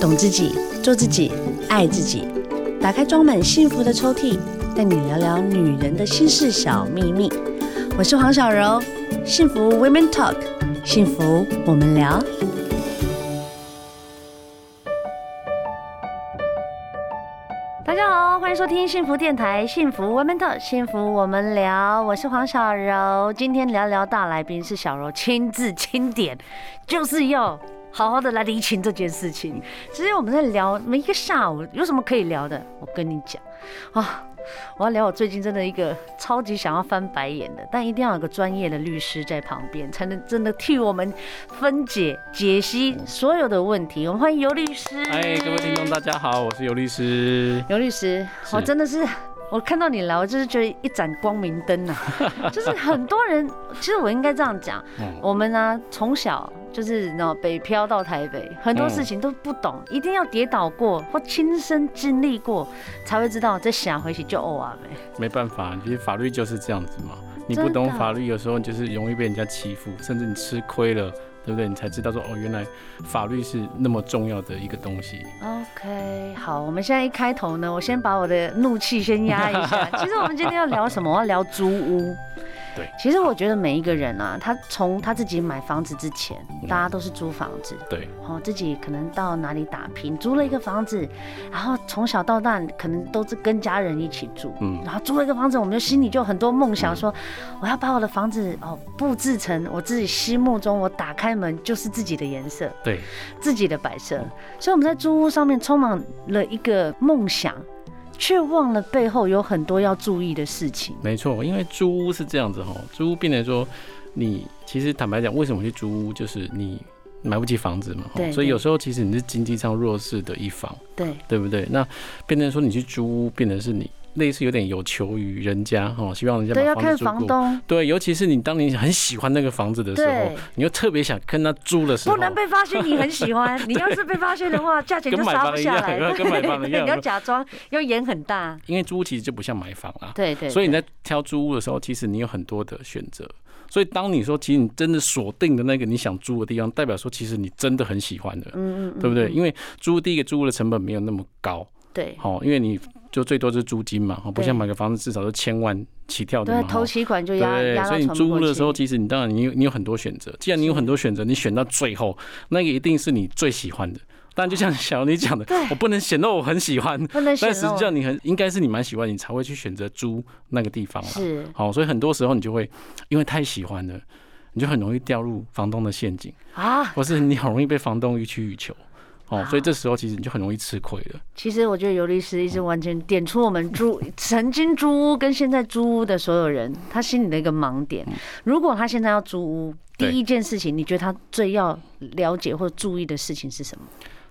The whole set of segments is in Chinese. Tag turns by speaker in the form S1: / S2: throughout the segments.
S1: 懂自己，做自己，爱自己。打开装满幸福的抽屉，带你聊聊女人的心事小秘密。我是黄小柔，幸福 Women Talk，幸福我们聊。大家好，欢迎收听幸福电台《幸福 Women Talk》，幸福我们聊，我是黄小柔。今天聊聊大来宾是小柔亲自清点，就是要好好的来厘清这件事情。其实我们在聊每一个下午有什么可以聊的，我跟你讲啊，我要聊我最近真的一个超级想要翻白眼的，但一定要有个专业的律师在旁边，才能真的替我们分解解析所有的问题。我们欢迎尤律师。
S2: 嗨，各位听众，大家好，我是尤律师。
S1: 尤律师，哦
S2: 是
S1: 我真的是，我看到你来，我就是觉得一盏光明灯 呐、就是很多人，其实我应该这样讲，
S2: 嗯，
S1: 我们呢、啊从小就是那北漂到台北，很多
S2: 嗯
S1: 事情都不懂，一定要跌倒过或亲身经历过，才会知道这想回去就偶尔没。
S2: 没办法，其实法律就是这样子嘛。你不
S1: 真的
S2: 懂法律，有时候你就是容易被人家欺负，甚至你吃亏了，对不对？你才知道说，哦，原来法律是那么重要的一个东西。
S1: OK，好，我们现在一开头呢，我先把我的怒气先压一 下。其实我们今天要聊什么？我要聊租屋。
S2: 对，
S1: 其实我觉得每一个人啊，他从他自己买房子之前，
S2: 嗯
S1: 大家都是租房子。
S2: 对，
S1: 哦，自己可能到哪里打拼，租了一个房子，然后从小到大可能都是跟家人一起住，
S2: 嗯
S1: 然后租了一个房子，我们就心里就有很多梦想说，我要把我的房子哦布置成我自己心目中，我打开门就是自己的颜色，
S2: 对，
S1: 自己的摆设，
S2: 嗯
S1: 所以我们在租屋上面充满了一个梦想，却忘了背后有很多要注意的事情。
S2: 没错。因为租屋是这样子哈，租屋变成说，你其实坦白讲，为什么去租屋，就是你买不起房子嘛。吼
S1: 对
S2: 所以
S1: 对
S2: 有时候其实你是经济上弱势的一方。
S1: 对，
S2: 对不对？那变成说你去租屋，变成是你类似有点有求于人家哈，希望人家
S1: 对，要
S2: 把
S1: 看
S2: 房子租
S1: 房
S2: 给我。
S1: 东，
S2: 对，尤其是你当你很喜欢那个房子的时候
S1: 对，
S2: 你又特别想跟他租的时候，
S1: 不能被发现你很喜欢。你要是被发现的话，价钱就
S2: 跟买
S1: 杀
S2: 房
S1: 不
S2: 一
S1: 下
S2: 样
S1: 来。
S2: 跟
S1: 对
S2: 买房一样
S1: 你要假装要演很大。
S2: 因为租屋其实就不像买房啦。
S1: 对对，
S2: 所以你
S1: 对
S2: 在挑租屋的时候，其实你有很多的选择。所以当你说其实你真的锁定的那个你想租的地方，代表说其实你真的很喜欢的，
S1: 嗯嗯嗯，
S2: 对不对？因为租屋第一个租屋的成本没有那么高，
S1: 对，
S2: 好，因为你就最多是租金嘛，好，不
S1: 对
S2: 像买个房子至少都千万起跳的
S1: 对
S2: 嘛，，
S1: 头
S2: 吼
S1: 期款就压
S2: 对
S1: 压，到
S2: 所以你
S1: 喘不
S2: 租
S1: 过
S2: 屋的
S1: 气
S2: 时候，，其实你当然你有你有很多选择。既然你有很多选择，你选到最后那个一定是你最喜欢的。但就像小你讲的
S1: 对，
S2: 我不能显露我很喜欢，
S1: 不能
S2: 但
S1: 显
S2: 实际
S1: 露。
S2: 上你很应该是你蛮喜欢，你才会去选择租那个地方啦。
S1: 是，
S2: 好，所以很多时候你就会因为太喜欢了，你就很容易掉入房东的陷阱，
S1: 啊，
S2: 或是你很容易被房东予取予求。哦，所以这时候其实你就很容易吃亏了。
S1: 其实我觉得尤律师一直完全点出我们租曾经租屋跟现在租屋的所有人，他心里的一个盲点。
S2: 嗯
S1: 如果他现在要租屋，第
S2: 对
S1: 一件事情，你觉得他最要了解或注意的事情是什么？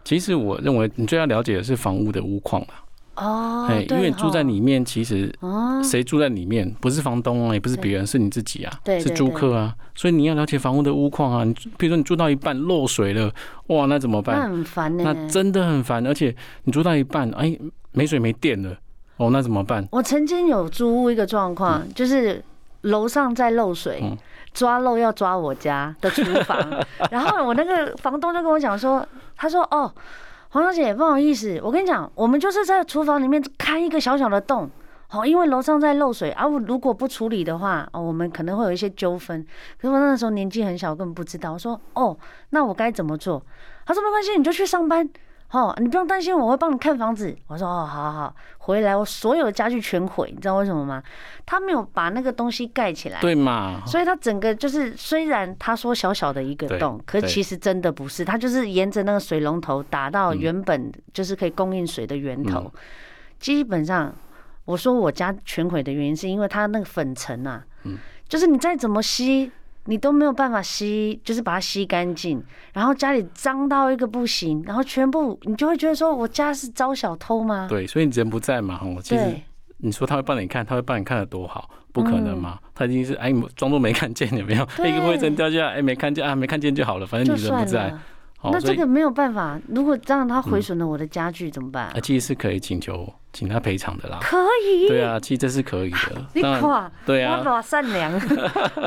S2: 其实我认为你最要了解的是房屋的屋况啦，
S1: 哦
S2: 哎，，因
S1: 对
S2: 为你住在
S1: 吼
S2: 里面，其实
S1: 哦，
S2: 谁住在里面，不是房东啊，也不是别人，是你自己啊，
S1: 对对
S2: 是租客啊，所以你要了解房屋的屋况啊。你比如说你住到一半漏水了，哇，那怎么
S1: 那
S2: 办？
S1: 很烦呢、
S2: 那真的很烦，而且你住到一半，哎，没水没电了，哦，那怎么办？
S1: 我曾经有租屋一个状况，就是楼上在漏水，
S2: 嗯
S1: 抓漏要抓我家的厨房，然后我那个房东就跟我讲说，他说哦，黄小姐不好意思，我跟你讲，我们就是在厨房里面开一个小小的洞。哦，因为楼上在漏水啊，我如果不处理的话，哦，我们可能会有一些纠纷。可是我那时候年纪很小，根本不知道。我说，哦，那我该怎么做？他说没关系，你就去上班，哦，你不用担心，我会帮你看房子。我说，哦，好好好。回来我所有的家具全毁，你知道为什么吗？他没有把那个东西盖起来。
S2: 对嘛？
S1: 所以它整个就是，虽然他说小小的一个
S2: 对
S1: 洞，可
S2: 对
S1: 其实真的不是，它就是沿着那个水龙头打到原本就是可以供应水的源头。
S2: 嗯
S1: 基本上，我说我家全毁的原因是因为它那个粉尘啊，
S2: 嗯
S1: 就是你再怎么吸，你都没有办法吸，就是把它吸干净。然后家里脏到一个不行，然后全部你就会觉得说我家是招小偷吗？
S2: 对，所以你人不在嘛，哦，其实
S1: 啊对
S2: 你说他会帮你看，他会帮你看的多好，不可能嘛？他一定是哎装作没看见，有没有？
S1: 嗯对
S2: 一个灰尘掉下来，哎没看见啊，没看见就好了，反正
S1: 就
S2: 你人不
S1: 算
S2: 在。
S1: 了。
S2: 好，
S1: 那
S2: 所
S1: 这
S2: 以嗯
S1: 个没有办法，如果让它毁损了我的家具怎么办啊、
S2: 啊其实是可以请求请他赔偿的啦。
S1: 可以，
S2: 对啊，其实这是可以的。
S1: 啊你
S2: 当然
S1: 看，
S2: 对
S1: 我
S2: 啊，
S1: 多善良，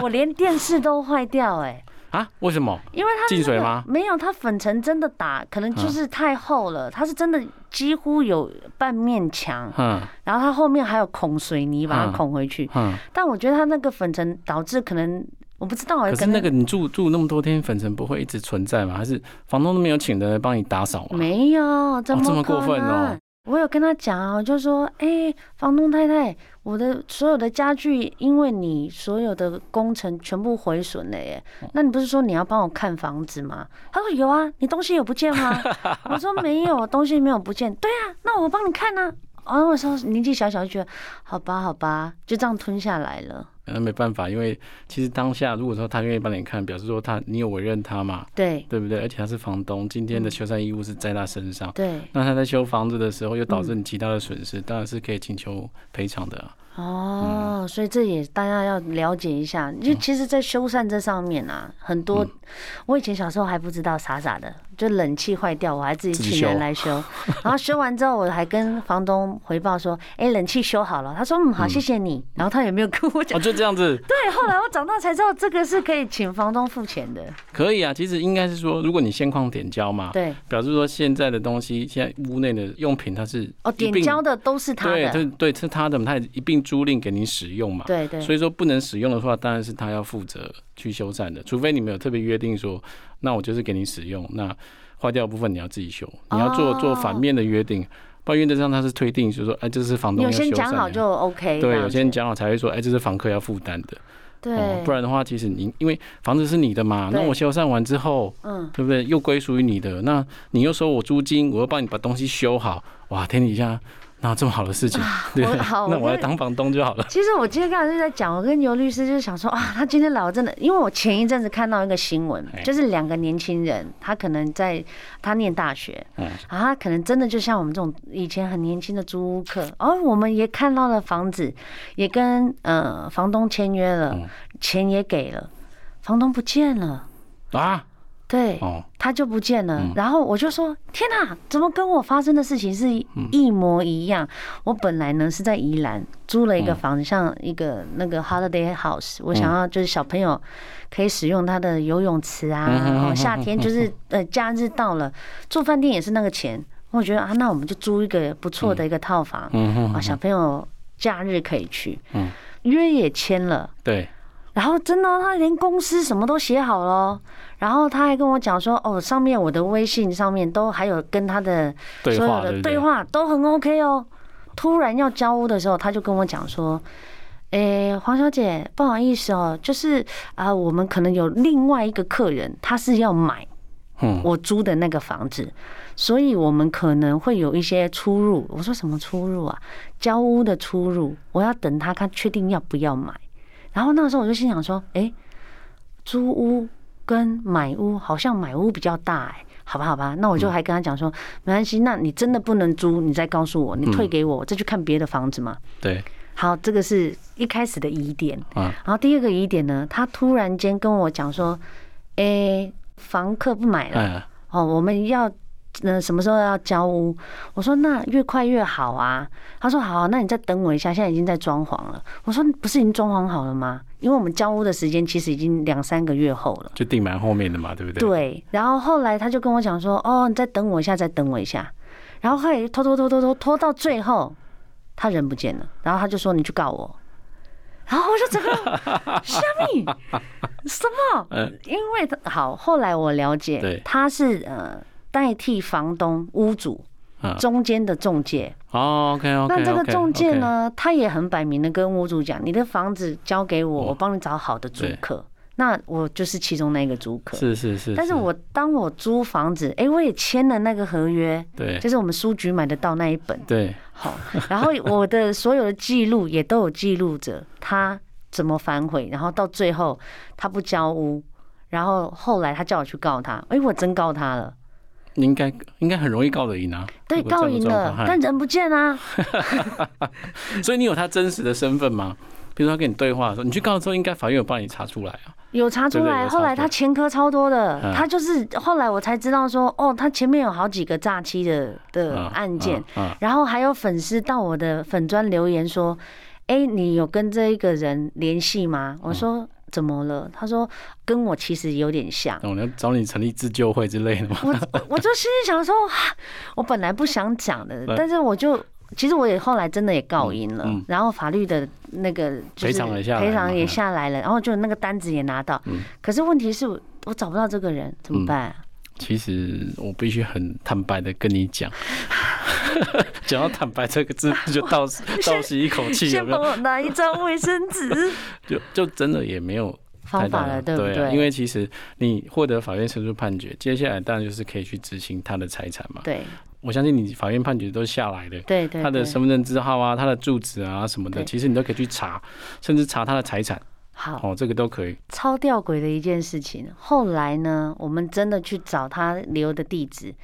S1: 我连电视都坏掉哎、
S2: 啊？为什么？
S1: 因为它
S2: 进水
S1: 那个
S2: 吗嗯
S1: 没有，它粉尘真的打，可能就是太厚了，它是真的几乎有半面墙，
S2: 嗯
S1: 然后它后面还有孔水泥把
S2: 嗯
S1: 它孔回去。
S2: 嗯。
S1: 但我觉得它那个粉尘导致可能我不知道、欸，
S2: 可
S1: 可
S2: 是
S1: 能
S2: 那个你住住那么多天，粉尘不会一直存在吗？还是房东都没有请人来帮你打扫吗？
S1: 没有，怎么、
S2: 这么过分哦！
S1: 我有跟他讲啊，我就说，哎、房东太太，我的所有的家具，因为你所有的工程全部毁损了耶。
S2: 哦
S1: 那你不是说你要帮我看房子吗？他说有啊，你东西有不见吗？ 我说没有，东西没有不见。对啊，那我帮你看啊。然后我说年纪小小就觉得，好吧，好吧，就这样吞下来了。
S2: 那呃没办法，因为其实当下如果说他愿意帮你看，表示说他你有委任他嘛，
S1: 对
S2: 对不对？而且他是房东，今天的
S1: 嗯
S2: 修缮义务是在他身上。
S1: 对，
S2: 那他在修房子的时候又导致你其他的损失，当然是可以请求赔偿的、啊。
S1: 哦，所以这也大家要了解一下，
S2: 嗯
S1: 就其实，在修缮这上面啊，很多、我以前小时候还不知道，傻傻的，就冷气坏掉，我还自己
S2: 自己
S1: 请人
S2: 修
S1: 来 修，然后修完之后，我还跟房东回报说，哎、冷气修好了，他说嗯好，谢谢你，然后他也没有跟我 讲。
S2: 哦，就这样子，
S1: 对，后来我长大才知道，这个是可以请房东付钱的。
S2: 可以啊。其实应该是说，如果你现况点交嘛，
S1: 对，
S2: 表示说现在的东西，现在屋内的用品它是
S1: 哦，
S2: 一
S1: 点
S2: 并
S1: 交的都是他
S2: 对，
S1: 的，
S2: 对对是他的嘛，他也一并租赁给您使用嘛。
S1: 对对
S2: 所以说不能使用的话，当然是他要负责去修缮的，除非你们有特别约定说，那我就是给你使用，那坏掉的部分你要自己修，你要做
S1: 哦
S2: 做反面的约定。不然原则上他是推定，就是说，哎，这是房
S1: 你
S2: 东
S1: 有
S2: 要修
S1: 先
S2: 缮
S1: 讲好
S2: 的，
S1: 就 OK 这
S2: 对，
S1: 样子。
S2: 有些人讲好才会说，哎，这是房客要负担的，
S1: 对，
S2: 哦不然的话，其实你因为房子是你的嘛，那
S1: 对
S2: 我修缮完之后，
S1: 嗯，
S2: 对不对？又归属于你的，那你又收我租金，我又帮你把东西修好，哇，天底下哪有这么好的事情？对不
S1: 啊
S2: 对
S1: 我好，
S2: 那
S1: 我
S2: 我来
S1: 跟
S2: 当房东就好了。
S1: 其实我今天刚才就在讲，我跟牛律师就是想说啊，他今天来我真的，因为我前一阵子看到一个新闻
S2: 哎，
S1: 就是两个年轻人，他可能在他念大学，
S2: 嗯
S1: 啊，他可能真的就像我们这种以前很年轻的租屋客，而、我们也看到了房子，也跟呃房东签约了，
S2: 嗯
S1: 钱也给了，房东不见了，
S2: 啊，
S1: 对，
S2: 哦，
S1: 他就不见了。
S2: 嗯
S1: 然后我就说：“天哪、怎么跟我发生的事情是
S2: 嗯
S1: 一模一样？”我本来呢是在宜兰租了一
S2: 嗯
S1: 个房子，像一个那个 holiday house，我想要就是小朋友可以使用他的游泳池啊，
S2: 嗯
S1: 然后夏天 就是呃假日到了住饭店也是那个钱，我觉得啊，那我们就租一个不错的一个套房，
S2: 嗯哼，
S1: 啊，小朋友假日可以去
S2: 嗯，
S1: 约也签了。
S2: 对，
S1: 然后真的哦、他连公司什么都写好了哦，然后他还跟我讲说，哦，上面我的微信上面都还有跟他的
S2: 对
S1: 所有
S2: 话
S1: 的
S2: 对
S1: 对
S2: 不对？
S1: 话都很 OK 哦。突然要交屋的时候，他就跟我讲说，诶，黄小姐，不好意思哦，就是啊、我们可能有另外一个客人，他是要买
S2: 嗯，
S1: 我租的那个房子，所以我们可能会有一些出入。我说什么出入啊？交屋的出入，我要等他看确定要不要买。然后那时候我就心想说，诶，租屋跟买屋好像买屋比较大、诶，好吧，好吧，那我就还跟他讲说，没关系，那你真的不能租，你再告诉我，你退给我，我再去看别的房子嘛。
S2: 对，
S1: 好，这个是一开始的疑点。
S2: 啊，
S1: 然后第二个疑点呢，他突然间跟我讲说，诶，房客不买了。
S2: 哎，
S1: 哦，我们要呃什么时候要交屋？我说那越快越好啊。他说好、那你再等我一下，现在已经在装潢了。我说不是已经装潢好了吗？因为我们交屋的时间其实已经两三个月后了。
S2: 就定蛮后面的嘛，对不对？，
S1: 对，然后后来他就跟我讲说，哦，你再等我一下，再等我一下。然后后来拖拖拖拖拖拖到最后，他人不见了，然后他就说你去告我。然后我就整个 虾米什么？
S2: 嗯
S1: 因为他好，后来我了
S2: 对
S1: 解，他是呃代替房东屋主
S2: 啊
S1: 中间的中介。
S2: 哦，OK，OK，
S1: 那这个中介呢，他也很摆明的跟屋主讲，你的房子交给我，我帮你找好的租
S2: 嗯对
S1: 客。那我就是其中那个租客。
S2: 是是是，
S1: 但是我当我租房子，哎、我也签了那个合约，
S2: 对
S1: 就是我们书局买得到那一本，
S2: 对，
S1: 好，然后我的所有的记录也都有记录着他怎么反悔，然后到最后他不交屋，然后后来他叫我去告他，哎、我真告他了。
S2: 你应该应该很容易告得赢啊，
S1: 对，
S2: 如果这样
S1: 告
S2: 的
S1: 赢
S2: 状
S1: 了
S2: 况，
S1: 但人不见啊！
S2: 嗨 所以你有他真实的身份吗？比如说他跟你对话的时候，你去告的时候，应该法院有帮你查出来啊。
S1: 有查出
S2: 对对
S1: 来，
S2: 有查
S1: 后来他前科超多的，
S2: 嗯
S1: 他就是后来我才知道说，哦，他前面有好几个诈欺的的呃
S2: 啊
S1: 案件，
S2: 啊，啊
S1: 然后还有粉丝到
S2: 嗯
S1: 我的粉砖留言说：“哎，你有跟这一个人联系吗？”我说：“怎么了？他说跟我其实有点像。
S2: 那我要找你成立自救会之类的吗？
S1: 我我就心里想说， 啊我本来不想讲的，但是我就其实我也后来真的也告赢了，
S2: 嗯嗯
S1: 然后法律的那个就是
S2: 赔偿也下来了嗯
S1: 赔偿也下来了，然后就那个单子也拿到。可是问题是我我找不到这个人，怎么办、啊？
S2: 其实我必须很坦白的跟你讲， 讲到坦白这个字就倒吸倒吸一口气，有
S1: 先
S2: 没
S1: 帮
S2: 有？
S1: 我拿一张卫生纸，
S2: 就就真的也没有太
S1: 方
S2: 大
S1: 法
S2: 的
S1: 了，对不
S2: 啊
S1: 对？
S2: 因为其实你获得法院申诉判决，接下来当然就是可以去执行他的财产嘛。
S1: 对
S2: 我相信你法院判决都下来了。
S1: 对对，
S2: 他的
S1: 对
S2: 身份证字号啊，他的住址啊什么的，
S1: 对
S2: 其实你都可以去查，甚至查他的财产，
S1: 好
S2: 哦，这个都可以。
S1: 超吊诡的一件事情。后来呢，我们真的去找他留的地址，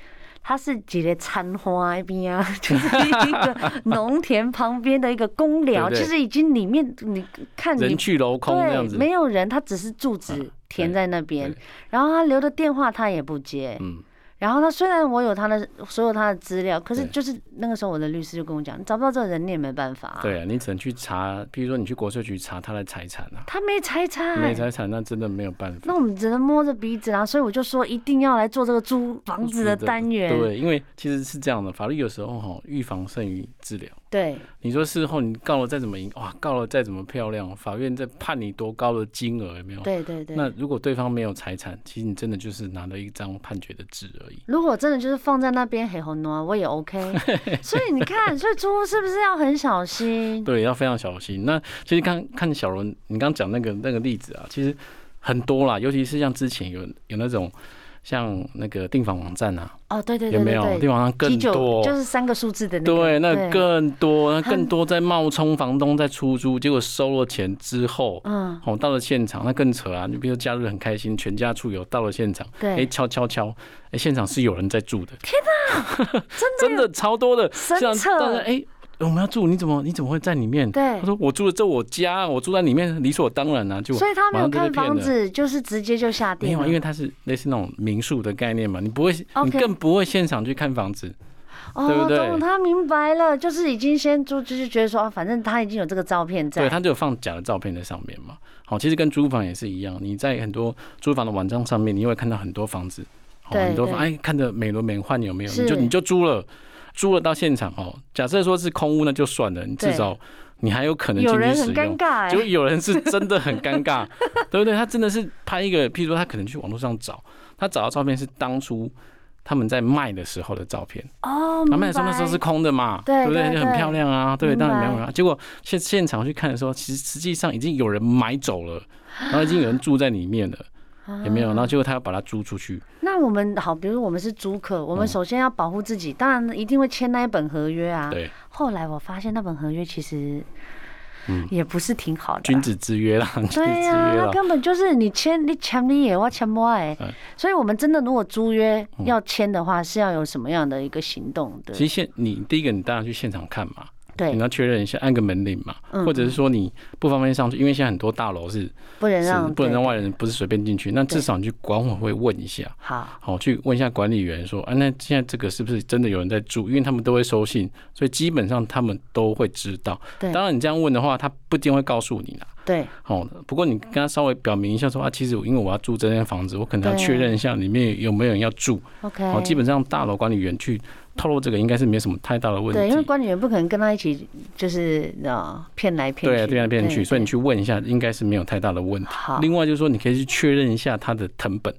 S1: 他是几个餐花边啊， 就是一 个农田旁边的一个公寮，
S2: 对对
S1: 其实已经里面你看你
S2: 人去楼空这样
S1: 对
S2: 子，
S1: 没有人，他只是住址
S2: 嗯
S1: 填在那边
S2: 对，
S1: 然后他留的电话他也不接。
S2: 嗯，
S1: 然后他虽然我有他的所有他的资料，可是
S2: 对
S1: 就是那个时候我的律师就跟我讲，你找不到这个人你也没办法、啊。
S2: 对啊，你只能去查，比如说你去国税局查他的财产啊，
S1: 他没拆拆，
S2: 没财产那真的没有办法。
S1: 嗯那我们只能摸着鼻子啦，所以我就说一定要来做这个租房子的单元。
S2: 对，因为其实是这样的，法律有时候哈，预防胜于治疗。
S1: 对
S2: 你说事后你告了再怎么赢，哇，告了再怎么漂亮，法院再判你多高的金额有没有？
S1: 对对对
S2: 那如果对方没有财产，其实你真的就是拿了一张判决的纸而已。
S1: 如果真的就是放在那边黑红暖，我也 OK。所以你看， 所以租屋是不是要很小心？
S2: 对，要非常小心。那其实看看小伦，你刚刚讲那个那个例子啊，其实很多啦，尤其是像之前有有那种像那个订房网站啊，
S1: 哦，对对
S2: 有
S1: 对
S2: 没有
S1: 对
S2: 订
S1: 对，
S2: 房网站更
S1: 九
S2: 多？
S1: 就是三个数字的那个。
S2: 对，那
S1: 对
S2: 更多，那
S1: 很
S2: 更多在冒充房东在出租，结果收了钱之后，
S1: 嗯，
S2: 哦，到了现场那更扯啊！你比如假日很开心，全家出游，到了现场，哎、
S1: 对，
S2: 敲敲敲，哎、现场是有人在住的，
S1: 真
S2: 真
S1: 的有
S2: 的超多的，
S1: 神
S2: 像
S1: 扯
S2: 大家哎、我们要住，你怎么你怎么会在里面？
S1: 对
S2: 他。说哎我住的这我家，我住在里面理所当然啊，就
S1: 所以他没有
S2: 马上就
S1: 看
S2: 被骗了
S1: 房子，就是直接就下
S2: 没
S1: 定
S2: 有啊，
S1: 了
S2: 因。为它是类似那种民宿的概念嘛，你不会你
S1: OK
S2: 更不会现场去看房子，对
S1: 哦，
S2: 不对
S1: 懂了，他明白了，就是已经先租，就是觉得说，啊，反正他已经有这个照片在
S2: 对，。它就有放假的照片在上面嘛。好，其实跟租房也是一样，你在很多租房的网站上面，你会看到很多房子，好，
S1: 对
S2: 很多
S1: 对
S2: 房哎，看着美轮美奂有没有？
S1: 是
S2: 你就你就租了，租了到现场哦。假设说是空屋，那就算了，你至
S1: 对
S2: 少你还有可能进
S1: 有
S2: 去
S1: 人
S2: 使
S1: 很尴
S2: 用。
S1: 尬、欸，
S2: 就有人是真的很 尴尬，对不对？他真的是拍一个，譬如说他可能去网络上找，他找到照片是当初他们在卖的时候的照片。
S1: 哦，
S2: 他
S1: 明白
S2: 卖的时候那时候是空的嘛，
S1: 对
S2: 不
S1: 对嗯
S2: 对？就很
S1: 对
S2: 漂亮啊，对，
S1: 明白
S2: 当然没有啊。结果现现场去看的时候，其实实际上已经有人买走了，然后已经有人住在里面了，
S1: 啊
S2: 有没有？然后结果他要把它租出去，
S1: 那我们好，比如我们是租客，我们
S2: 嗯
S1: 首先要保护自己，当然一定会签那一本合约啊。
S2: 对，
S1: 后来我发现那本合约其实
S2: 嗯，
S1: 也不是挺好的啊、
S2: 君子之约啦，君子之
S1: 对呀、
S2: 约啦
S1: 那。根本就是你签你签你也我签我哎
S2: 嗯，
S1: 所以我们真的如果租约要签的话，是要有什么样的一个行动的？
S2: 其实现你第一个，你当然去现场看嘛，你
S1: 对，
S2: 要确认一下，按个门铃嘛，
S1: 嗯
S2: 或者是说你不方便上去，因为现在很多大楼是
S1: 不能
S2: 是
S1: 让
S2: 不能让
S1: 对
S2: 外人不是随便进去，那至
S1: 对
S2: 少你去管委会问一下，
S1: 好
S2: 好，去问一下管理员说，啊，那现在这个是不是真的有人在住？因为他们都会收信，所以基本上他们都会知道。
S1: 对
S2: 当然你这样问的话，他不一定会告诉你啦。
S1: 对
S2: 好，不过你跟他稍微表明一下说，啊，其实我因为我要住这间房子，我可能要
S1: 对
S2: 确认一下里面有没有人要住。
S1: ，OK，
S2: 好，基本上大楼管理员去透露这个应该是没什么太大的问
S1: 对，因为
S2: 题。
S1: 管理员不可能跟他一起就是啊骗来骗
S2: 对
S1: 去，
S2: 啊，对啊，骗去，所以你
S1: 对
S2: 去问一下，应该是没有太大的问题。
S1: 好
S2: 另外就是说，你可以去确认一下他的藤本，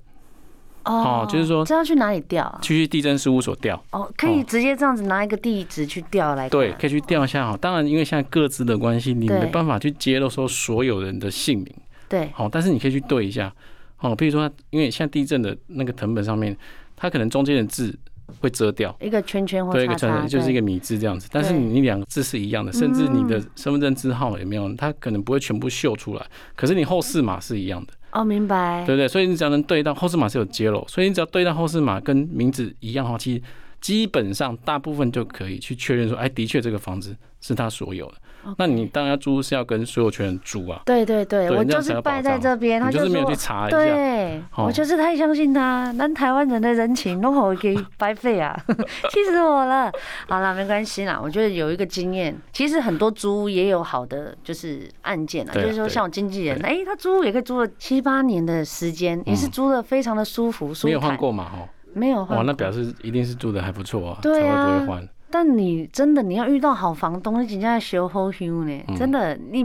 S1: 哦
S2: 哦就是说
S1: 这要去哪里调啊？
S2: 去地震事务所调。
S1: 哦，可以
S2: 哦
S1: 直接这样子拿一个地址去调来看。
S2: 对，可以去调一下哈。当然，因为现在各自的关系，你
S1: 对
S2: 没办法去揭露说所有人的姓名，
S1: 对
S2: 好，但是你可以去对一下，好，比如说，因为现在地震的那个藤本上面，它可能中间的字会遮掉，
S1: 一个圈圈或
S2: 对，一
S1: 叉
S2: 个
S1: 叉，
S2: 传就是
S1: 哦
S2: 一
S1: 对
S2: 个米字这样子，但是
S1: 对嗯
S2: 你两个字是一样的，甚至你的身份证字号也没有，它可能不会全部秀出来，可是你后四码是一样的，
S1: 哦，明白。
S2: 对不对？所以你只要能对到后四码是有揭露，所以你只要对到后四码跟名字一样的话，其实基本上大部分就可以去确认说，哎，的确这个房子是他所有的。那你当然要租是要跟所有权人租啊，
S1: 对对对，
S2: 对
S1: 我
S2: 那
S1: 就
S2: 样才
S1: 是
S2: 有
S1: 败
S2: 保
S1: 在
S2: 障
S1: 这边，他
S2: 你就是没有
S1: 说
S2: 去，查一下。
S1: 对，
S2: 哦
S1: 我就是太相信他，那台湾人的人情弄好给白费啊， 气死我了。好啦，没关系啦，我觉得有一个经验，其实很多租屋也有好的就是案件啊，
S2: 对啊
S1: 就是说
S2: 对啊嗯
S1: 像我经纪人，哎、他租屋也可以租了七八年的时间，也是租的非常的舒服，舒
S2: 没
S1: 坦，
S2: 有换，过嘛？哦，
S1: 没有换
S2: 哇，那
S1: 过
S2: 表示一定是住的还不错啊，才
S1: 对
S2: 会
S1: 啊
S2: 不会换。
S1: 但你真的你要遇到好房东，你请假修好修呢
S2: 嗯？
S1: 真的，你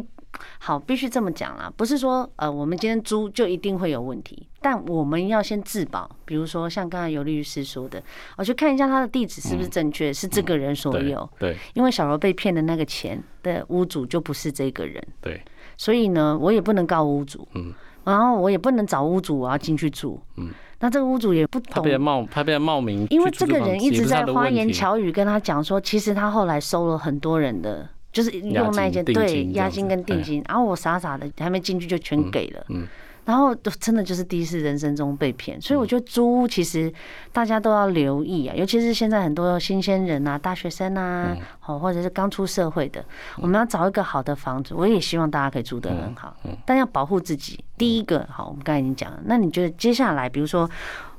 S1: 好必须这么讲啦，不是说呃我们今天租就一定会有问题，但我们要先自保。比如说像刚才有律师说的，哦我去看一下他的地址是不是正确，是这个人所
S2: 对
S1: 有，
S2: 嗯对
S1: 因为小柔被骗的那个钱的屋主就不是这个人，
S2: 对，
S1: 所以呢我也不能告屋主，
S2: 嗯
S1: 然后我也不能找屋主我要进去住，
S2: 嗯
S1: 那这个屋主也不
S2: 他
S1: 懂
S2: 被人冒他被人冒名去
S1: 因为这
S2: 出租
S1: 个
S2: 房子，
S1: 人一直在花言
S2: 语，
S1: 巧语跟他讲说，其实他后来收了很多人的，就是用那一件
S2: 押金定
S1: 对
S2: 金这样
S1: 押
S2: 子哎
S1: 金跟定金，然后我傻傻的还没进去就全给了，
S2: 嗯
S1: 然后就真的就是第一次人生中被骗，所以我觉得租屋其实大家都要留意啊，尤其是现在很多新鲜人啊、大学生
S2: 嗯
S1: 啊，好、或者是刚出社会的，我们要找一个好的房子，我也希望大家可以住得
S2: 嗯
S1: 很好，但要保护自己。第一个，好，我们刚才已经讲了，那你觉得接下来，比如说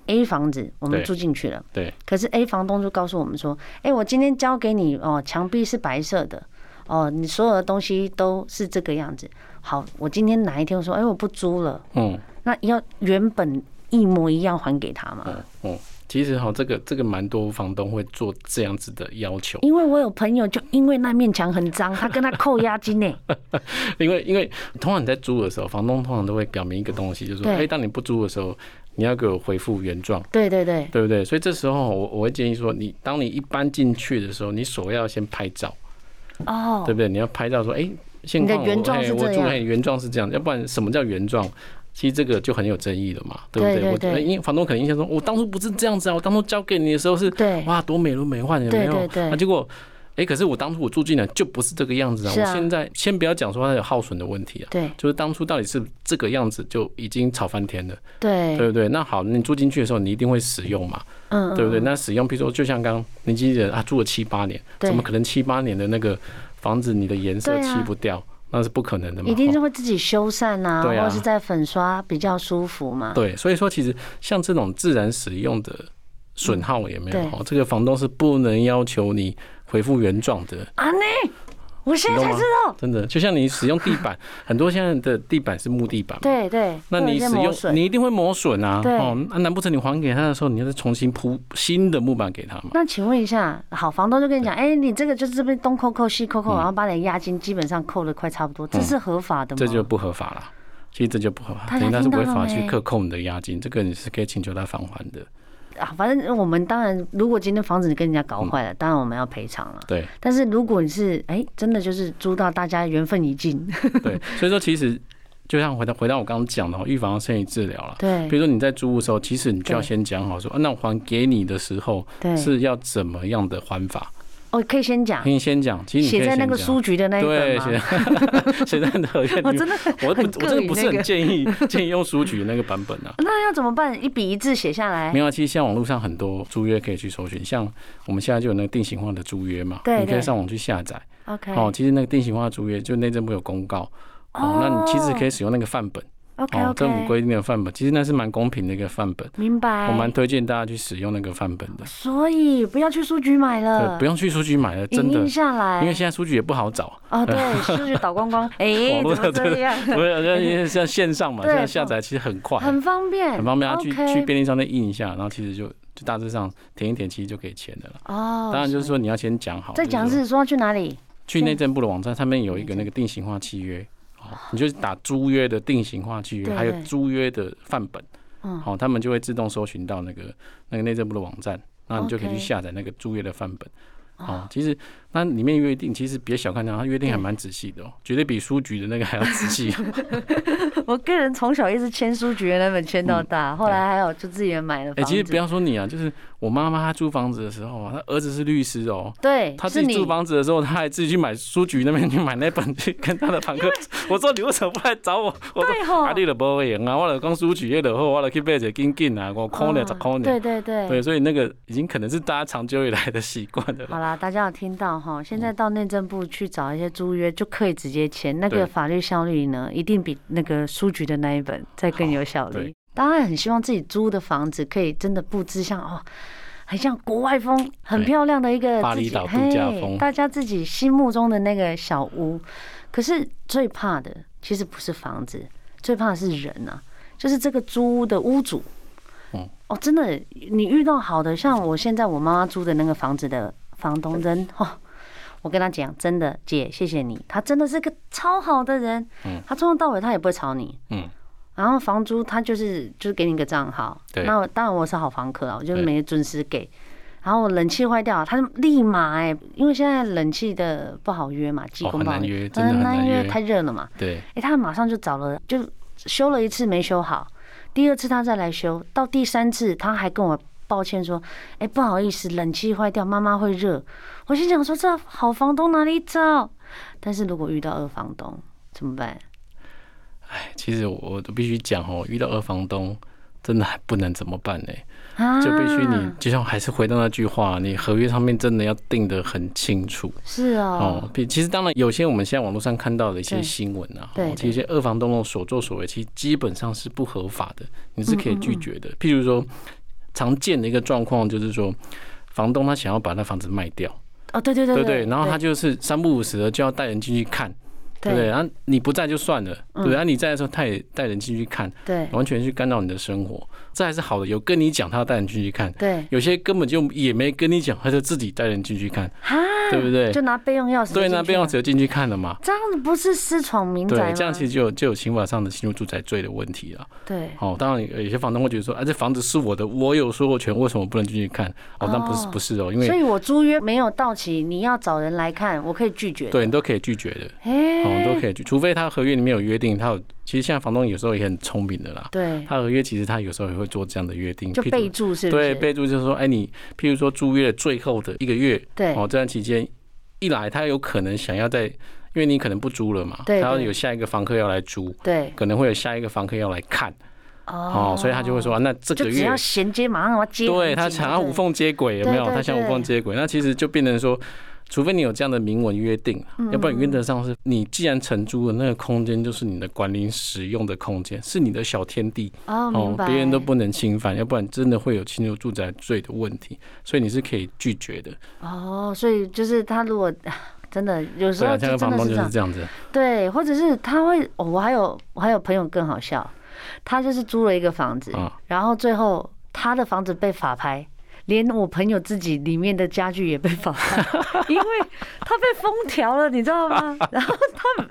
S1: A 房子，我们
S2: 对
S1: 住进去了。
S2: 对
S1: 可是 A 房东就告诉我们说，哎、我今天交给你哦，墙壁是白色的，哦，你所有的东西都是这个样子。好，我今天哪一天我说，哎、我不租了，
S2: 嗯。
S1: 那要原本一模一样还给他嘛？
S2: 嗯嗯，其实哈，这个这个蛮多房东会做这样子的要求，
S1: 因为我有朋友就因为那面墙很脏， 他跟他扣押金呢、
S2: 因为因为通常你在租的时候，房东通常都会表明一个东西，就是说，
S1: 对
S2: 哎、当你不租的时候，你要给我回复原状，
S1: 对对对，
S2: 对不对？所以这时候我我会建议说，你当你一搬进去的时候，你首要先拍照，
S1: 哦
S2: 对，不对？你要拍照说，哎、现
S1: 你的
S2: 况我
S1: 原状
S2: 哎
S1: 是
S2: 我
S1: 这
S2: 住
S1: 样
S2: 哎原状是这样，要不然什么叫原状？其实这个就很有争议了嘛，对不
S1: 对对
S2: 我觉得
S1: 对
S2: 因为房东可能印象中，我当初不是这样子啊，我当初交给你的时候是
S1: 对
S2: 哇，多美轮美奂，有没有？
S1: 对对对
S2: 啊、结果，哎、可是我当初我住进来就不是这个样子啊。
S1: 是啊
S2: 我现在先不要讲说它有耗损的问题啊，
S1: 对
S2: 就是当初到底是这个样子就已经吵翻天了，对
S1: 对，
S2: 不对？那好，你住进去的时候你一定会使用嘛，
S1: 嗯，
S2: 对不对？
S1: 嗯？
S2: 那使用，譬如说，就像刚刚林经纪人啊，住了七八年，
S1: 对
S2: 怎么可能七八年的那个房子你的颜色
S1: 对啊
S2: 漆不掉？那是不可能的嘛。
S1: 一定是
S2: 哦
S1: 会自己修缮啊，或
S2: 对啊
S1: 者是在粉刷比较舒服嘛。
S2: 对，所以说其实像这种自然使用的损耗也没有
S1: 嗯，
S2: 哦这个房东是不能要求你恢复原状的。
S1: 啊，你，我现在才
S2: 你懂吗
S1: 知道，
S2: 真的，就像你使用地板，很多现在的地板是木地板嘛，
S1: 对对，
S2: 那
S1: 或者
S2: 你
S1: 是
S2: 使
S1: 磨
S2: 用
S1: 损
S2: 你一定会磨损啊，
S1: 对
S2: 哦，那难不成你还给他的时候，你要再重新铺新的木板给他吗？
S1: 那请问一下，好，房东就跟你讲，哎、你这个就是这边东扣扣西扣
S2: 嗯
S1: 扣，然后把你的押金基本上扣的快差不多，这是合法的吗？
S2: 这就不合法了。其实这就不合法，
S1: 大家
S2: 等于他是
S1: 嗯听到
S2: 违
S1: 了
S2: 法去
S1: 没
S2: 克扣你的押金，这个你是可以请求他返还 的。
S1: 啊，反正我们当然，如果今天房子你跟人家搞坏了，
S2: 嗯
S1: 当然我们要赔偿了。
S2: 对
S1: 但是如果你是哎、真的就是租到大家缘分已 尽，
S2: 对，所以说其实就像回到回到我刚刚讲的哦，预防胜于治疗了。
S1: 对
S2: 比如说你在租屋的时候，其实你就要
S1: 对
S2: 先讲好说，啊那我还给你的时候
S1: 对，
S2: 是要怎么样的还法？
S1: 哦，可以先讲
S2: 可，以先讲，其实你可以
S1: 写在那
S2: 先
S1: 个
S2: 讲
S1: 书局的那一本
S2: 对，
S1: 吗？哦
S2: 写写在那合约里
S1: 我
S2: 面
S1: 真的很
S2: 我不，
S1: 很
S2: 我真的不是
S1: 膈应那
S2: 很
S1: 个哦
S2: 建议建议用书局那个版本啊。
S1: 那要怎么办？一笔一字写下来
S2: 没，有啊，其实现在网络上很多租约可以去搜寻，像我们现在就有那个定型化的租约嘛，
S1: 对
S2: 你可以
S1: 对
S2: 上网去下载。
S1: OK，
S2: 哦，其实那个定型化的租约，就内政部有公告。哦，那你其实可以使用那个范本
S1: OK
S2: 哦，政府
S1: OK，哎
S2: 规定的范本，其实那是蛮公平的一个范本，
S1: 明白。
S2: 我蛮推荐大家去使用那个范本的，
S1: 所以不要去书局买
S2: 对，
S1: 了，
S2: 不用去书局买了，真
S1: 影
S2: 的
S1: 印，下来，
S2: 因为现在书局也不 好找，
S1: 哦， 对，数据倒光光，哎、
S2: 网络
S1: 怎么
S2: 上
S1: 这样？
S2: 不是因为像线上嘛，
S1: 对
S2: 现在下载其实很快，
S1: 很方便，
S2: 很方便，啊他去
S1: OK
S2: 去便利商店印一下，然后其实就就大致上填一填，其实就可以签的了。
S1: 哦。
S2: 当然就是说你要先讲好，
S1: 在讲
S2: 就是说
S1: 是说要去哪里？
S2: 去内政部的网站上面有一个那个定型化契约。哦，你就打租约的定型化契约，
S1: 对
S2: 还有
S1: 对
S2: 租约的范本，
S1: 嗯
S2: 好、他们就会自动搜寻到那个那个内政部的网站，那你就可以去
S1: OK
S2: 下载那个租约的范本。哦，其实那里面约定，其实别小看它，它约定还蛮仔细的哦，绝对比书局的那个还要仔 细。
S1: 我个人从小一直签书局的那本签到大，后来还有就自己也买了
S2: 嗯哎、
S1: 房子。
S2: 其实不要说你啊，就是我妈妈她租房子的时候啊，她儿子是律师哦、
S1: 对，
S2: 她
S1: 是
S2: 自己
S1: 你
S2: 租房子的时候，她还自己去买书局那边去买那本去跟她的房客。我说你为什么不来找我？我说
S1: 对吼哦
S2: 啊，你都不会用啊，我来讲书局也就好，我来去买一个紧紧啊，五块呢，十块
S1: 嗯
S2: 呢。
S1: 对对对，
S2: 对，所以那个已经可能是大家长久以来的嗯习惯了啦。
S1: 好啦，大家有听到哈？现在到内政部去找一些租约，就可以直接签，那
S2: 对
S1: 个法律效力呢，一定比那个书局的那一本再更有效
S2: 好
S1: 力
S2: 对。
S1: 当然，很希望自己租的房子可以真的布置像哦，很像国外风，很
S2: 对
S1: 漂亮的一个
S2: 巴
S1: 自
S2: 厘
S1: 己
S2: 岛度假
S1: 嘿
S2: 风
S1: 大家自己心目中的那个小屋。可是最怕的其实不是房子，最怕的是人啊，就是这个租屋的屋主。
S2: 嗯
S1: 哦，真的，你遇到好的，像我现在我妈妈租的那个房子的房东人哦，我跟他讲，真的姐，谢谢你，他真的是个超好的人，
S2: 嗯
S1: 他从头到尾他也不会吵你，
S2: 嗯，
S1: 然后房租他就是就是给你个账号，
S2: 对
S1: 那我当然我是好房客啊，我就
S2: 对
S1: 没准时给。然后我冷气坏掉，他就立马哎、因为现在冷气的不好约嘛，技
S2: 哦
S1: 工
S2: 很
S1: 不好
S2: 难约真的很难约
S1: 太热了嘛。
S2: 对，
S1: 哎、他马上就找了，就修了一次没修好，第二次他再来修，到第三次他还跟我抱歉说，哎、不好意思，冷气坏掉，妈妈会热。我心想说，这好房东哪里找？但是如果遇到二房东怎么办？
S2: 哎，其实我我都必须讲哦，遇到二房东真的还不能怎么办呢？
S1: 啊，
S2: 就必须你就像还是回到那句话，你合约上面真的要定得很清楚
S1: 是
S2: 哦
S1: 哦，。
S2: 比其实当然有些我们现在网络上看到的一些
S1: 对
S2: 新闻啊，
S1: 对
S2: 哦
S1: 对
S2: 其实一些二房东的所作所为，其实基本上是不合法的，你是可以
S1: 嗯嗯
S2: 拒绝的。譬如说，常见的一个状况就是说，房东他想要把那房子卖掉，
S1: 哦，对对对
S2: 对不
S1: 对，
S2: 对？然后他就是三不五时的就要带人进去看，对不对？
S1: 对
S2: 然后你不在就算了，对不
S1: 嗯
S2: 对？然后啊你在的时候，他也带人进去看，
S1: 对
S2: 完全去干扰你的生活，这还是好的。有跟你讲，他要带人进去看；
S1: 对，
S2: 有些根本就也没跟你讲，他就自己带人进去看，
S1: 哈，
S2: 对不对
S1: 啊就？拿备用钥匙，啊
S2: 对，那边要，只有进去看了嘛。
S1: 这样子不是私闯民宅
S2: 对
S1: 吗？，
S2: 这样其实就有就有刑法上的侵入住宅罪的问题了。
S1: 对
S2: 哦，当然有有些房东会觉得说，啊，这房子是我的，我有所有权，为什么不能进去看？哦，但不是
S1: 哦
S2: 不是哦，因为
S1: 所以我租约没有到期，你要找人来看，我可以拒绝。，
S2: 对你都可以拒绝的。哦，
S1: 哎，
S2: 都可以去，除非他合约里面有约定，他有其实现在房东有时候也很聪明的啦，
S1: 对，
S2: 他合约其实他有时候也会做这样的约定，
S1: 就
S2: 譬如
S1: 备注是不是？
S2: 对备注就是说，哎，你譬如说租约的最后的一个月，
S1: 对
S2: 哦，这段期间一来他有可能想要在，因为你可能不租了嘛，
S1: 对
S2: 他要
S1: 对
S2: 有下一个房客要来租，
S1: 对
S2: 可能会有下一个房客要来看，
S1: 哦
S2: 哦，所以他就会说，啊那这
S1: 就
S2: 个
S1: 只
S2: 月
S1: 要衔接，马上我接很紧。
S2: 对他想要无缝接轨，有没有？
S1: 对对
S2: 他想无缝接轨，那其实就变成说，除非你有这样的明文约定，
S1: 嗯
S2: 要不然原则上是你既然承租了，那个空间就是你的管理使用的空间，是你的小天地
S1: 哦，明白，
S2: 别人都不能侵犯，要不然真的会有侵入住宅罪的问题，所以你是可以拒绝的。
S1: 哦，所以就是他如果啊真的有时
S2: 对
S1: 候
S2: 啊，
S1: 就
S2: 像
S1: 真
S2: 个房
S1: 的
S2: 东
S1: 是这
S2: 就是
S1: 样，
S2: 这样子，
S1: 对，或者是他会，哦我还有我还有朋友更好笑，他就是租了一个房子
S2: 啊，
S1: 然后最后他的房子被法拍。连我朋友自己里面的家具也被法 拍，因为他被封条了，你知道吗？然后他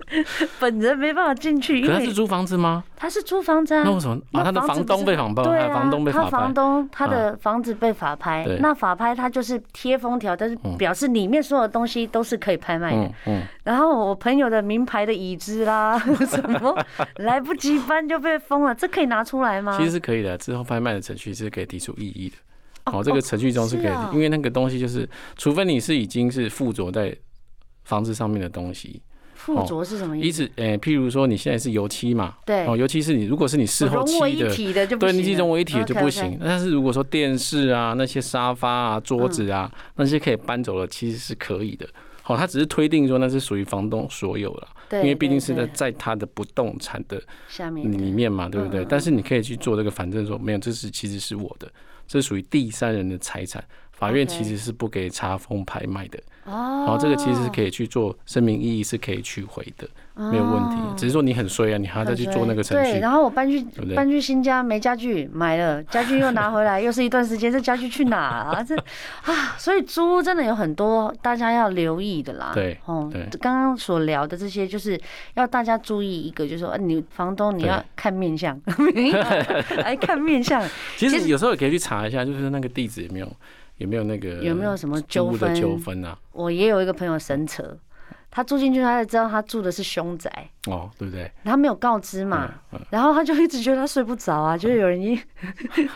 S1: 本人没办法进去，
S2: 可
S1: 因
S2: 他是
S1: 为
S2: 租房子吗？
S1: 他是租房子啊。
S2: 那为什么啊？他的
S1: 房子
S2: 房
S1: 不
S2: 东
S1: 是
S2: 被法拍，
S1: 对
S2: 他的
S1: 啊，
S2: 房东被
S1: 他
S2: 法
S1: 房
S2: 拍，啊
S1: 东他的房子被法拍，
S2: 对
S1: 那法拍他就是贴封条，但是表示里面所有东西都是可以拍卖的。
S2: 嗯嗯，
S1: 然后我朋友的名牌的椅子啦， 什 么来不及搬就被封了，这可以拿出来吗？
S2: 其实是可以的，之后拍卖的程序是可以提出异议的。
S1: 哦
S2: 哦，这个程序中是可以
S1: 是啊
S2: 的，因为那个东西就是，除非你是已经是附着在房子上面的东西，
S1: 附着是什么
S2: 哦一
S1: 意思？
S2: 直，诶，譬如说你现在是油漆嘛，
S1: 对
S2: 哦，，油漆是你如果是你事后
S1: 融为
S2: 漆
S1: 一
S2: 的，
S1: 体的就不
S2: 对，
S1: 行了，哦
S2: 你是融为一体的就不
S1: OK，OK
S2: 行。。但是如果说电视啊、那些沙发啊、桌子
S1: 嗯
S2: 啊那些可以搬走了，其实是可以的。好，他只是推定说那是属于房东所有了，
S1: 对，
S2: 因为毕竟是
S1: 对
S2: 在
S1: 对
S2: 在他的不动产的
S1: 下面的
S2: 里面嘛，对不
S1: 嗯
S2: 对
S1: 嗯？
S2: 但是你可以去做这个反证说，没有，这是其实是我的，这属于第三人的财产，法院
S1: OK
S2: 其实是不给查封拍卖的。
S1: 哦，
S2: 然后这个其实是可以去做声明异议，是可以取回的，没有问题。只是说你很衰啊，你还要再去做那个程
S1: 哦对，
S2: 序。
S1: 然后我搬去
S2: 不对
S1: 搬去新家没家具，买了家具又拿 回来，又是一段时间，这家具去哪啊？这啊，所以租屋真的有很多大家要留意的啦。
S2: 对
S1: 哦
S2: 对，
S1: 刚刚所聊的这些，就是要大家注意一个，就是说呃你房东你要
S2: 对
S1: 看面相， 没有哎看面 相其
S2: 其实
S1: 实
S2: 有时候也可以去查一下，就是那个地址有没有有没有那个
S1: 有没有什么
S2: 租
S1: 纠
S2: 屋的
S1: 纷？
S2: 纠纷啊？
S1: 我也有一个朋友神扯，他住进去，他才知道他住的是凶宅，
S2: 哦，对不对？
S1: 他没有告知嘛，
S2: 嗯
S1: 然后他就一直觉得他睡不着啊，就是有人一，
S2: 嗯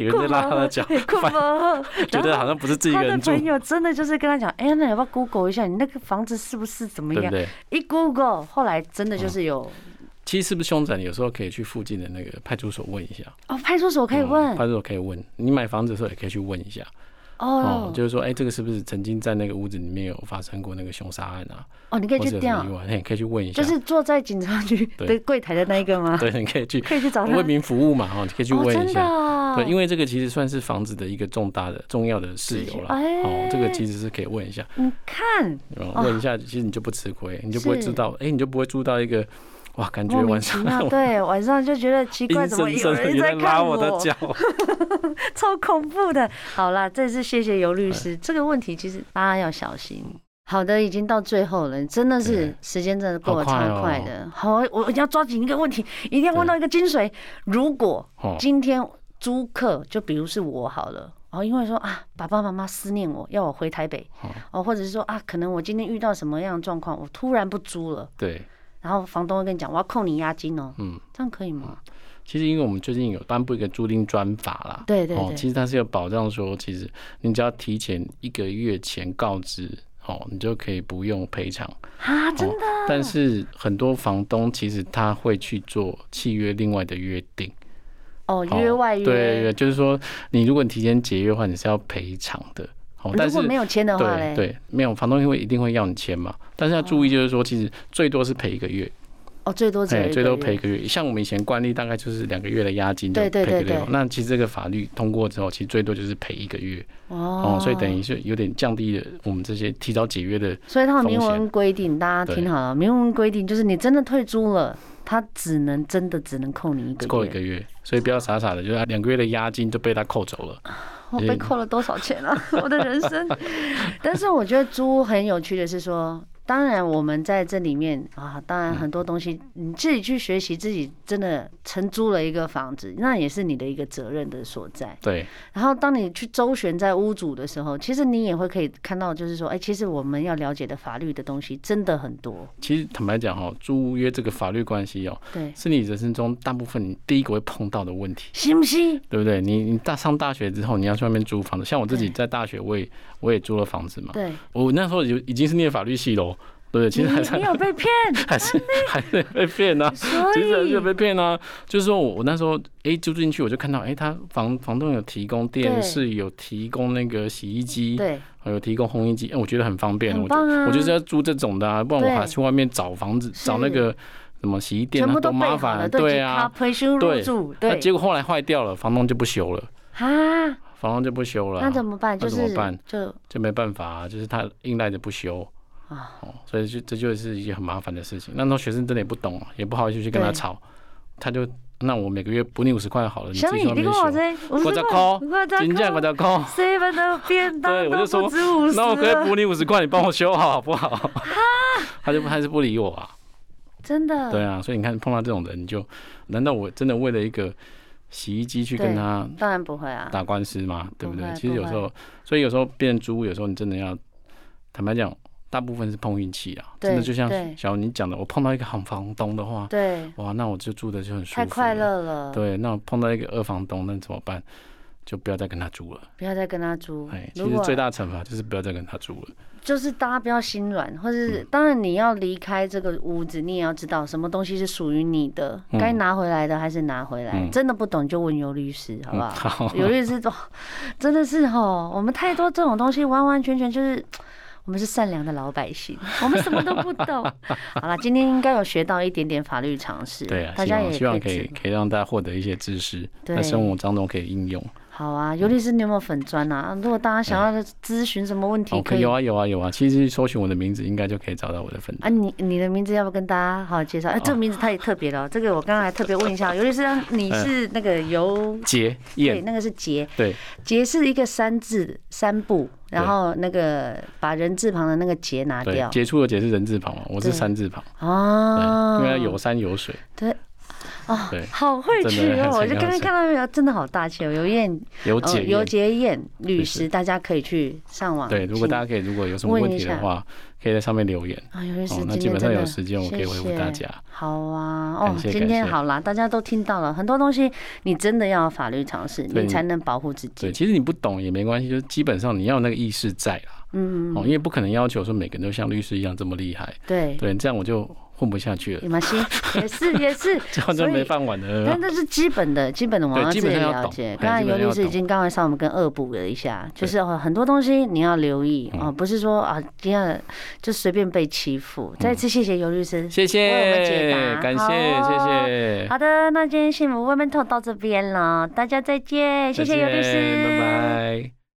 S2: 有人在拉他的脚
S1: 困
S2: 反
S1: 吗？
S2: 觉得好像不是自己一
S1: 他
S2: 个
S1: 的
S2: 人住，
S1: 朋友真的就是跟他讲，哎、那要不要 Google 一下你那个房子是不是怎么
S2: 对不
S1: 样？
S2: 对？嗯
S1: 一 Google，后来真的就是有、
S2: 其实是不是凶宅，你有时候可以去附近的那个派出所问一下。
S1: 哦，派出所可以问、
S2: 嗯派出所可以问。你买房子的时候也可以去问一下哦
S1: 哦，
S2: 就是说，哎、这个是不是曾经在那个屋子里面有发生过那个凶杀案啊，
S1: 哦，你可
S2: 或
S1: 以
S2: 者
S1: 去
S2: 有
S1: 调
S2: 什，么意外？嘿可以去问一下。
S1: 就是坐在警察局
S2: 对
S1: 的柜台的那一个吗？
S2: 对，你可以去
S1: 可以去找他
S2: 为。民服务嘛，哈，你可以去
S1: 哦，
S2: 问
S1: 真
S2: 一
S1: 的
S2: 下。
S1: 哦、
S2: 对，因
S1: 为
S2: 为这个其实算是房子的一个重大的、重要的事由了。
S1: 哎
S2: 哦，这个其实是可以问一下，
S1: 你看
S2: 然
S1: 哦
S2: 后问一下，其实你就不吃亏，你就不会
S1: 是
S2: 知道，哎，你就不会住到一个，哇，感觉
S1: 莫名
S2: 晚
S1: 其
S2: 上
S1: 妙，对，晚上就觉得奇怪，
S2: 阴
S1: 怎么
S2: 森
S1: 有
S2: 森的，
S1: 人
S2: 有
S1: 在
S2: 人拉
S1: 看
S2: 我的脚，
S1: 超恐怖的。 好啦，这次谢谢尤律
S2: 哎
S1: 师，这个问题其实大家要小心。好的，已经到最后了，真的是
S2: 对
S1: 时间真的过得
S2: 好快
S1: 超
S2: 哦
S1: 快的。好，我要抓紧一个问题，一定要问到一个精
S2: 嗯
S1: 髓。如果
S2: 哦，
S1: 今天租客，就比如是我好了，哦，因为说啊，爸爸妈妈思念我，要我回台北
S2: 哦，
S1: 哦，或者是说啊，可能我今天遇到什么样的状况，我突然不租了，
S2: 对。
S1: 然后房东会跟你讲，我要扣你押金哦，嗯，这样可以吗？
S2: 其实因为我们最近有颁布一个租赁专法啦，
S1: 对对
S2: 哦，
S1: 对
S2: 其实它是有保障说，其实你只要提前一个月前告知，哦，你就可以不用赔偿。
S1: 啊，真的
S2: 但是很多房东其实他会去做契约另外的约定，
S1: 哦，
S2: 哦
S1: 约外约，
S2: 对，就是说你如果你提前解约的话，你是要赔偿的。哦，但
S1: 如
S2: 是
S1: 果没有签的话嘞
S2: 对，对，没有房东会一定会要你签嘛，但是要注意就是说，其实最多是赔一个月，
S1: 哦，最多只有一
S2: 哎，
S1: 个
S2: 最多
S1: 月
S2: 赔一个月。像我们以前惯例，大概就是两个月的押金就
S1: 对
S2: 赔
S1: 对
S2: 个
S1: 对
S2: 月
S1: 对
S2: 嘛。那其实这个法律通过之后，其实最多就是赔一个月
S1: 哦
S2: 哦，所以等于是有点降低了我们这些提早解约的。
S1: 所以它有
S2: 风
S1: 明
S2: 险
S1: 文规定，大家
S2: 对
S1: 听好了，明文规定就是你真的退租了，它只能真的只能扣你一
S2: 扣
S1: 个
S2: 一
S1: 月，
S2: 个月，所以不要傻傻的，就是两个月的押金就被他扣走了。
S1: 我哦被扣了多少钱啊？ 我的人 生。但是我觉得租很有趣的是说。当然，我们在这里面啊，当然很多东西你自己去学习，自己真的承租了一个房子，那也是你的一个责任的所在。
S2: 对
S1: 然后当你去周旋在屋主的时候，其实你也会可以看到，就是说，哎，其实我们要了解的法律的东西真的很多。
S2: 其实坦白讲哦，租约这个法律关系哦，
S1: 对，
S2: 是你人生中大部分你第一个会碰到的问题，
S1: 信不信？
S2: 对不对？你你大上大学之后，你要去外面租房子，像我自己
S1: 对
S2: 在大学，我也我也租了房子嘛，
S1: 对，
S2: 我那时候已已经是念法律系喽，对不对？其实还是
S1: 你你有被骗，
S2: 还是还是被骗啊，
S1: 所
S2: 其实还是
S1: 以
S2: 被骗啊。就是说我我那时候哎、租进去，我就看到哎、他房房东有提供电视，有提供那个洗衣机，
S1: 对
S2: 还有提供烘衣机，哎、我觉得很方便。
S1: 很
S2: 我就
S1: 棒啊
S2: 我就是要租这种的啊，不然
S1: 对
S2: 我还去外面找房子
S1: 是
S2: 找那个什么洗衣店
S1: 全
S2: 啊，
S1: 部都
S2: 多
S1: 备
S2: 麻
S1: 好了，
S2: 烦。
S1: 都已
S2: 对
S1: 经
S2: 啊，
S1: 赔输入
S2: 对
S1: 住，
S2: 那
S1: 对
S2: 结果后来坏掉了，房东就不修了，
S1: 啊，
S2: 房东就不修了啊、
S1: 那怎么办？就
S2: 那怎么
S1: 是
S2: 办
S1: 就
S2: 就没办法、啊，就是他硬赖着不修
S1: 啊
S2: 哦，所以就这就是一件很麻烦的事情。那时候学生真的也不懂啊，也不好意思去跟他
S1: 对
S2: 吵，他就那我每个月补你五十块好了，你自
S1: 小
S2: 己
S1: 米，
S2: 去外
S1: 你
S2: 面
S1: 跟我
S2: 修。
S1: 这五十
S2: 我在
S1: 块，
S2: 抠
S1: 我在
S2: 金价我
S1: 扣
S2: 在高，
S1: ，seven 的便 当
S2: 对我
S1: 都
S2: 就说
S1: 不止五十
S2: 那我可以
S1: 了，
S2: 补你五十块，你帮我修好好不好？他就不还是不理我啊，
S1: 真的，
S2: 对啊，所以你看碰到这种人，你就难道我真的为了一个洗衣机去跟
S1: 对
S2: 他
S1: 当然不会啊，
S2: 打官司嘛？对
S1: 不
S2: 对？
S1: 会
S2: 其实
S1: 不
S2: 有时候，所以有时候别人租，有时候你真的要坦白讲，大部分是碰运气啊。真的
S1: 对
S2: 就像
S1: 对
S2: 小你讲的，我碰到一个好房东的话，
S1: 对，
S2: 哇，那我就住的就很舒服，
S1: 太快。乐了，
S2: 对，那我碰到一个二房东，那怎么办？就不要再跟他住了。
S1: 不要再跟他租
S2: 哎，，其
S1: 嗯如
S2: 实
S1: 果
S2: 最大惩罚就是不要再跟他住了。
S1: 就是大家不要心软，或是
S2: 嗯
S1: 当然你要离开这个屋子，你也要知道什么东西是属于你的，
S2: 嗯
S1: 该拿回来的还是拿回来。
S2: 嗯
S1: 真的不懂就问尤律师，好不
S2: 嗯，
S1: 好？
S2: 好，
S1: 尤律师哦，真的是哦，我们太多这种东西，完完全全就是。我们是善良的老百姓，我们什么都不 懂。好了，今天应该有学到一点点法律常识，
S2: 对啊，
S1: 大
S2: 希
S1: 家
S2: 望
S1: 也
S2: 希望可
S1: 知
S2: 以可以让大家获得一些知识，
S1: 对
S2: 在生活当中可以应用。
S1: 好啊。尤律师，你有没有粉砖啊？如果大家想
S2: 嗯
S1: 要咨询什么问题，可
S2: OK，
S1: 以
S2: 有啊有啊有啊，其实搜寻我的名字应该就可以找到我的粉
S1: 啊，你你的名字要不要跟大家好好介
S2: 哦
S1: 绍？哎、这个名字太特别了哦，这个我刚刚还特别问一下，尤 其是你是那个尤。
S2: 杰
S1: 对，
S2: 燕，
S1: 那个是杰，
S2: 对
S1: 杰是一个三字三步，然
S2: 对
S1: 后那个把人字旁的那个杰拿
S2: 对
S1: 掉，
S2: 杰出的杰是人字旁嘛，我是
S1: 对
S2: 三字旁，
S1: 哦
S2: 对，因为有山有水，
S1: 对，哦
S2: 对，
S1: 好会
S2: 真的
S1: 取哦！
S2: 很
S1: 我
S2: 很
S1: 就刚
S2: 很
S1: 刚看到没有，真的好大气哦。有燕，
S2: 有
S1: 呃
S2: 解
S1: 尤
S2: 验。
S1: 杰燕律
S2: 是
S1: 师，大家可以去上网。
S2: 对，如果大家可以如果有什么
S1: 问
S2: 问
S1: 一
S2: 题的
S1: 下
S2: 话，可以在上面留言。
S1: 啊，尤律师
S2: 哦
S1: 今，
S2: 那
S1: 天
S2: 基本
S1: 真
S2: 上有
S1: 的
S2: 时间我可以回复大
S1: 谢谢
S2: 家。
S1: 好啊，哦
S2: 感，谢
S1: 今
S2: 感
S1: 天
S2: 谢
S1: 好啦，大家都听到了很多东西，你真的要有法律常识，
S2: 对
S1: 你
S2: 你
S1: 才能保护自
S2: 对，
S1: 己。
S2: 其实你不懂也没关系，就是基本上你要有那个意识在啦。
S1: 嗯，
S2: 哦，因为不可能要求说每个人都像律师一样这么厉害，
S1: 对，
S2: 对，这样我就混不下去了，
S1: 你们心 也是也是，
S2: 这样就
S1: 所以
S2: 没饭碗了
S1: 但。这是基本的，基本的我们
S2: 对
S1: 要自
S2: 基
S1: 己
S2: 本上要
S1: 了
S2: 懂
S1: 解
S2: 哎。
S1: 刚才
S2: 基本
S1: 尤
S2: 上要
S1: 律师已
S2: 懂
S1: 经刚才上我们跟恶补了一下，就
S2: 对
S1: 是哦很多东西你要留意
S2: 嗯
S1: 啊，不是说啊今天就随便被欺负。再次谢谢尤律师。
S2: 嗯谢
S1: 为我们解
S2: 谢
S1: 答，
S2: 感
S1: 好哦
S2: 谢，谢谢，
S1: 好的，那今天幸福外面透到这边了，大家再见，谢
S2: 再
S1: 谢尤律
S2: 见
S1: 师，
S2: 拜拜。